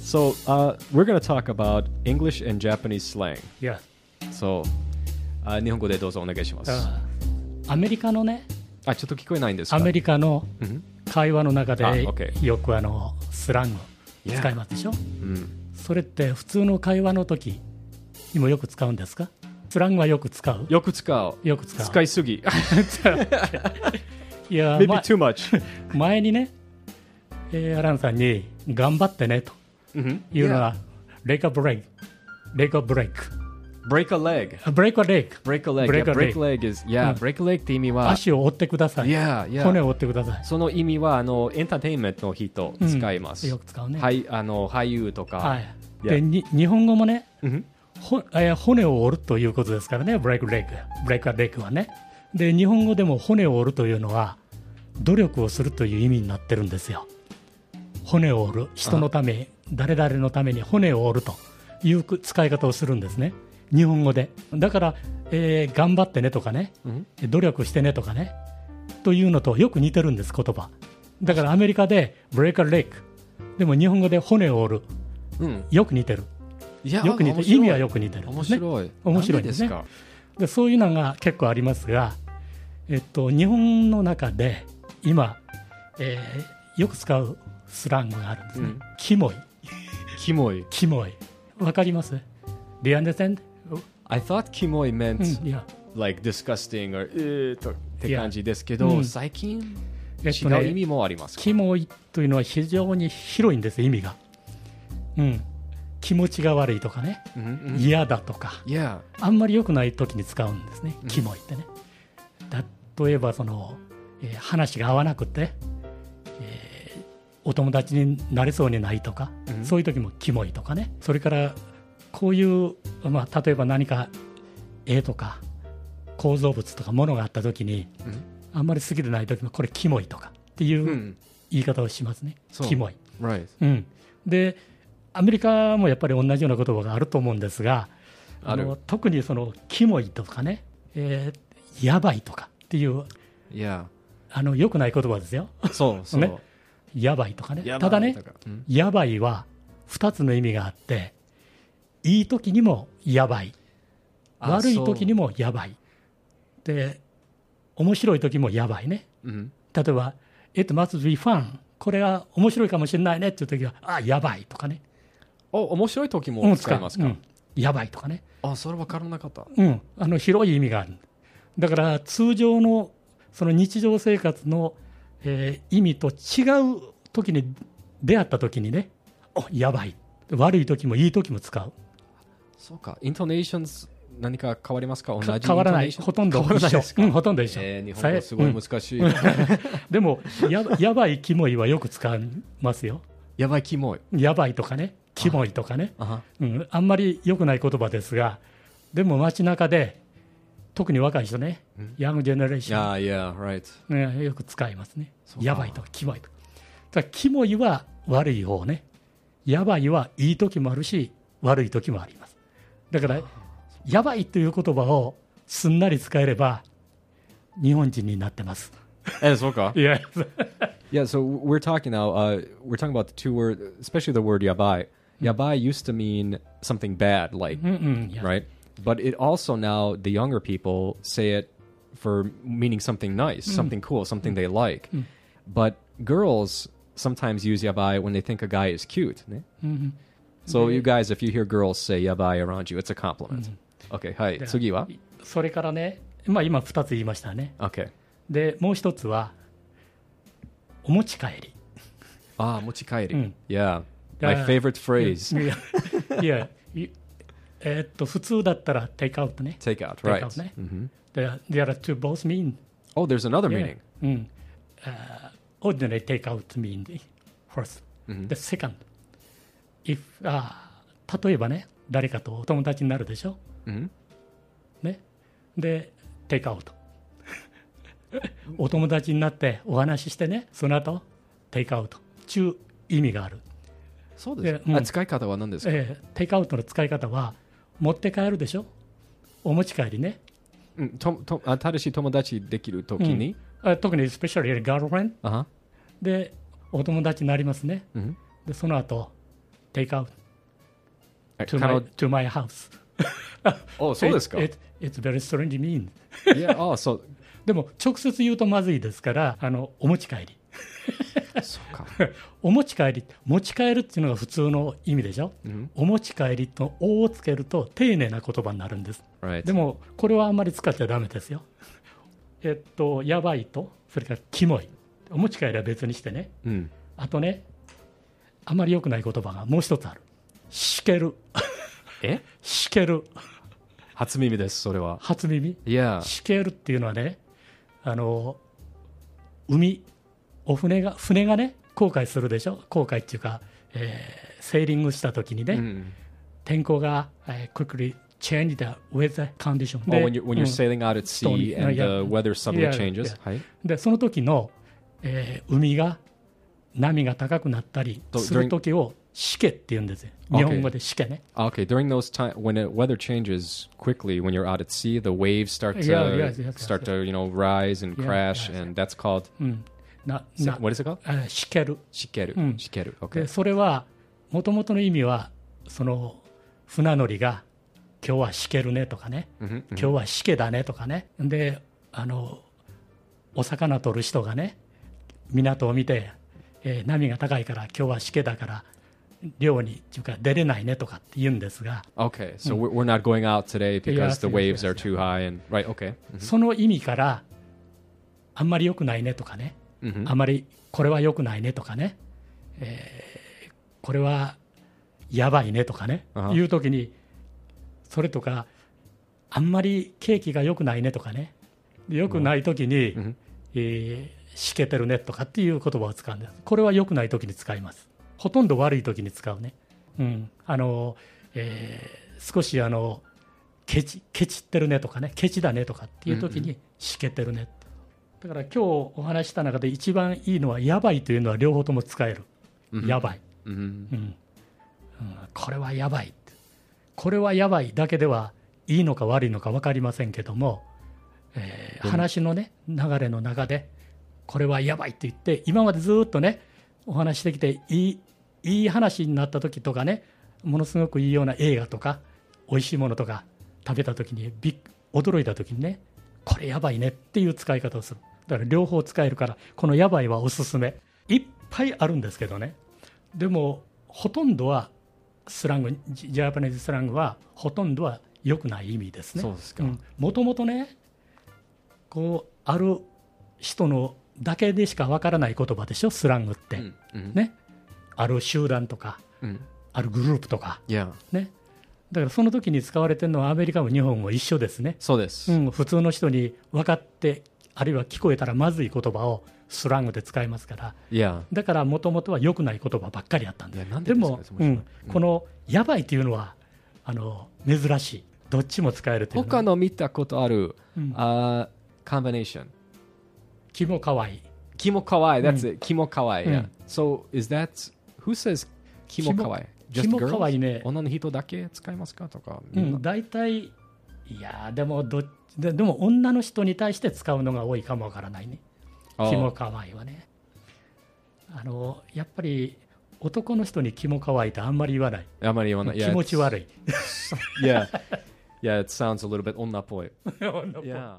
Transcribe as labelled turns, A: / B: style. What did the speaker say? A: So uh, we're gonna talk about English and Japanese slang.
B: いや
A: So あ日本語でどうぞお願いします。あ
B: あアメリカのね
A: ちょっと聞こえないんですか。
B: アメリカの
A: うん
B: 会話の中
A: あ
B: で
A: OK
B: よくあのスラング
A: Yeah
B: 使いますでしょ
A: うん
B: それって普通の会話の時にもよく使うんですかスラングはよく使う
A: よく使う。
B: よく使う
A: 使いすぎ。
B: い や
A: Maybe
B: ま
A: too much.
B: 前にね、えーアランさんに頑張ってねと
A: うん
B: いうのは、レイカブレイクレイカブレイク
A: break a leg.
B: ブレイクはレイク
A: Break a leg.
B: Break
A: yeah, break
B: a leg. Mm.
A: leg is yeah.
B: うん
A: break a leg って意味は
B: 足を折ってください
A: yeah yeah
B: 骨を折ってください
A: その意味はあのエンターテインメントの人使います。
B: よく使うね
A: はいあの俳優とか。
B: はい
A: いや
B: でに日本語もね
A: うん
B: ほ、えー骨を折るということですからねブレイクレイクブレイクはレイクはねで日本語でも骨を折るというのは努力をするという意味になってるんですよ骨を折る人のため誰々のために骨を折るというく使い方をするんですね日本語でだから、えー頑張ってねとかね
A: うん
B: 努力してねとかねというのとよく似てるんです言葉だからアメリカでブレイクレイクでも日本語で骨を折る
A: うん。
B: よく似てる
A: いや
B: よく似てる意味はよく似てるん
A: 面
B: ですね
A: 白い。
B: 面白
A: な
B: い
A: ん
B: で
A: ですす
B: ね
A: か。
B: でそういうのが結構ありますが、えっと、日本の中で今、えーよく使うスラングがあるんですね。
A: うん
B: キモい、
A: キモい。
B: キモい。わかります ?Do you understand?
A: I thought キモい
B: うん
A: meant、
B: いや、
A: like disgusting or えーっとって感じですけど、
B: うん
A: 最近
B: えっ
A: 違
B: とね
A: う意味もありますか。
B: キモいというのは非常に広いんです、意味が。うん。気持ちが悪いとかね、
A: うんうん
B: 嫌だとか、
A: Yeah.
B: あんまり良くない時に使うんですね
A: う、ん
B: キモいってね。例えばその、えー話が合わなくて、えーお友達になれそうにないとか、
A: うん
B: そういう時もキモいとかね、それからこういう、まあ、例えば何か絵とか構造物とかものがあった時に、
A: うん。
B: あんまり好きでない時もこれキモいとかっていううん言い方をしますね、
A: そう
B: キモい。
A: Right.
B: うん、でアメリカもやっぱり同じような言葉があると思うんですがあ
A: ある
B: の特にそのキモいとかね、えーやばいとかっていう
A: Yeah.
B: あの良くない言葉ですよ
A: そうそう。
B: ねやばいとかね
A: やばい
B: ただね
A: とかうん
B: やばいは2つの意味があっていい時にもやばい
A: あ
B: 悪い
A: そう
B: 時にもやばいで面白い時もやばいね
A: うん。
B: 例えば「It must be fun」これは面白いかもしれないねっていう時は「あやばい」とかね
A: お面白い時も
B: うん
A: 使いますか。
B: うんやばいとかね、
A: あそれ分からなかった。
B: うん、あの広い意味があるだから通常のその日常生活の、えー意味と違う時に出会った時にねおやばい悪い時もいい時も使う
A: そうか。イントネーション何か変わりますか。同じ
B: か変わらないほとんど
A: 変わらない
B: 一
A: です
B: 緒、
A: か。
B: うん、ほとんど一緒、
A: えー日本語すごい
B: さ
A: 難しい。
B: えうんでもややばいキモいはよく使いますよ
A: やばいキモい。
B: やばいとかねキモいとかね
A: あは
B: うん、あんまり良くない言葉ですが、でも街中で、特に若い人ね、ヤングジェネレーショ
A: Yeah, yeah, right.
B: ン、ねよく使いますね
A: そ。うか
B: やばいとか、キモいとか。だからキモいは悪い方ね。やばいはいい時もあるし、悪い時もあります。だから、やばいという言葉をすんなり使えれば、日本人になってます。
A: え、そうか。
B: いや、
A: Yeah, so we're talking now. Uh, we're talking about the two words, especially the word yabai. Yabai used to mean something bad, like
B: うんうん、いや
A: right, but it also now the younger people say it for meaning something nice, something
B: Mm.
A: cool, something they like. But girls sometimes use yabai when they think a guy is cute. ne?
B: Mm-hmm.
A: So you guys, if you hear girls say yabai around you, it's a compliment.
B: Mm-hmm.
A: Okay, hi, sugiwa.
B: それからね、まあ今2つ言いましたね。
A: Okay.
B: で、もう一つは、お持ち帰り。
A: Ah, mochikairi.
B: Mm.
A: Yeah, my
B: Uh,
A: favorite phrase.
B: いや、いやいえーっと、普通だったら take out ね。
A: Take out,
B: Take
A: right?
B: out, ne?
A: hmm
B: There there are two both mean.
A: Oh, there's another meaning.
B: うん。Uh, ordinary take out mean the first. The second. If, あー例えばね、誰かとお友達になるでしょ。
A: Mhm.
B: ね。で、take out。お友達になってお話ししてね、その後、take out。ちゅう意味がある。
A: そうです
B: でうん
A: あ使い方は何ですか、
B: えーテイクアウトの使い方は持って帰るでしょお持ち帰りね、
A: うんとと新しい友達できるときに、
B: あ特にスペシャル
A: Uh-huh.
B: ガールフレン
A: あは
B: でお友達になりますね
A: うん
B: でその後 take out
A: あ
B: to
A: か
B: my,
A: の
B: to my house
A: お そうですか
B: It- it- it's very strange mean
A: い やあそう
B: でも直接言うとまずいですからあのお持ち帰り
A: そうか、
B: お持ち帰り持ち帰るっていうのが普通の意味でしょ
A: うん
B: お持ち帰りと「お」をつけると丁寧な言葉になるんです
A: right.
B: でもこれはあんまり使っちゃダメですよえっとやばいとそれからキモいお持ち帰りは別にしてね
A: うん、
B: あとねあまり良くない言葉がもう一つあるしける
A: え
B: しける
A: 初耳ですそれは
B: 初耳
A: いや
B: しけるっていうのはねあの海お船が船がね航海するでしょ航海っていうか、えーセーリングした時にね、
A: うん
B: 天候が、えー quickly change the weather condition
A: Oh, when you when you're
B: うん
A: sailing out at sea
B: storm. No,
A: and
B: yeah.
A: the weather suddenly
B: Yeah,
A: changes.
B: yeah.
A: はい。
B: でその時の、えー海が波が高くなったり
A: と
B: する時をしけって言うんですよ
A: Okay.
B: 日本語でしけね
A: Ah, Okay, during those time when the weather changes quickly, when you're out at sea, the waves start to
B: Yeah, yes, yes, yes,
A: start to you know rise and
B: Yeah,
A: crash,
B: yes.
A: and that's called
B: うんな
A: so-
B: な
A: what is it called?
B: あーしける
A: Shikeru.
B: うん
A: Shikeru.
B: で
A: Okay.
B: それはもともとの意味はその船乗りが「今日はしけるね」とかね
A: うんうん
B: 「今日はしけだね」とかねであのお魚取る人がね港を見て、えー波が高いから今日はしけだから漁にっていうか出れないねとかって言うんですが
A: Okay. So
B: Mm.
A: we're, we're not going out today because
B: yes,
A: the
B: yes,
A: waves
B: yes,
A: are too high and right. Okay.
B: その意味からあんまり良くないねとかね
A: Mm-hmm.
B: あまりこれは良くないねとかね、えーこれはやばいねとかね、
A: あは
B: いう時にそれとかあんまり景気が良くないねとかねで良くない時に、
A: ん
B: えーしけてるねとかっていう言葉を使うんですこれは良くない時に使いますほとんど悪い時に使うね、うんあのえー少しあのケチケチってるねとかねケチだねとかっていう時にしけてるねってだから今日お話しした中で一番いいのはやばいというのは両方とも使える、やばい、
A: Mm-hmm.
B: うんうんこれはやばいってこれはやばいだけではいいのか悪いのか分かりませんけども、えー
A: でも
B: 話のね流れの中でこれはやばいって言って今までずっとねお話ししてきていいいい話になった時とかねものすごくいいような映画とか美味しいものとか食べた時にびっ驚いた時にねこれやばいねっていう使い方をするだから両方使えるからこのやばいはおすすめいっぱいあるんですけどねでもほとんどはスラングジジャパニーズスラングはほとんどは良くない意味ですね
A: そうですか
B: んもともとねこうある人のだけでしかわからない言葉でしょスラングって、
A: Mm-hmm.
B: ねある集団とか
A: mm
B: あるグループとか
A: Yeah.
B: ねだからその時に使われてるのはアメリカも日本も一緒ですね、
A: So this.
B: うん、普通の人に分かってあるいは聞こえたらまずい言葉をスラングで使いますから
A: Yeah.
B: だからもともとは良くない言葉ばっかりやったんで
A: い
B: す
A: やなんで
B: でも
A: ですか、
B: う
A: ね
B: ん、この「やばい」というのはあの珍しいどっちも使えるというのは
A: 他の見たことある、
B: うん
A: あー combination.
B: 気も可愛い
A: Kimo kawaii. That's it. Kimo kawaii. Yeah.
B: Mm.
A: So is that who says kimo
B: Kimo-
A: kawaii?
B: キ
A: Just
B: モ
A: girls?
B: 可愛いね、
A: 女の人だけ使いますかとか。
B: う、
A: みんなん
B: 大体いやーでもどっちででも女の人に対して使うのが多いかもわからないね
A: あー
B: キモ可愛いはねあのやっぱり男の人にキモ可愛いとあんまり言わない
A: あまり言わない。
B: 気持ち 悪
A: い。
B: い
A: Yeah. Yeah, it sounds a little bit 女っぽい。
B: 女っぽい
A: Yeah.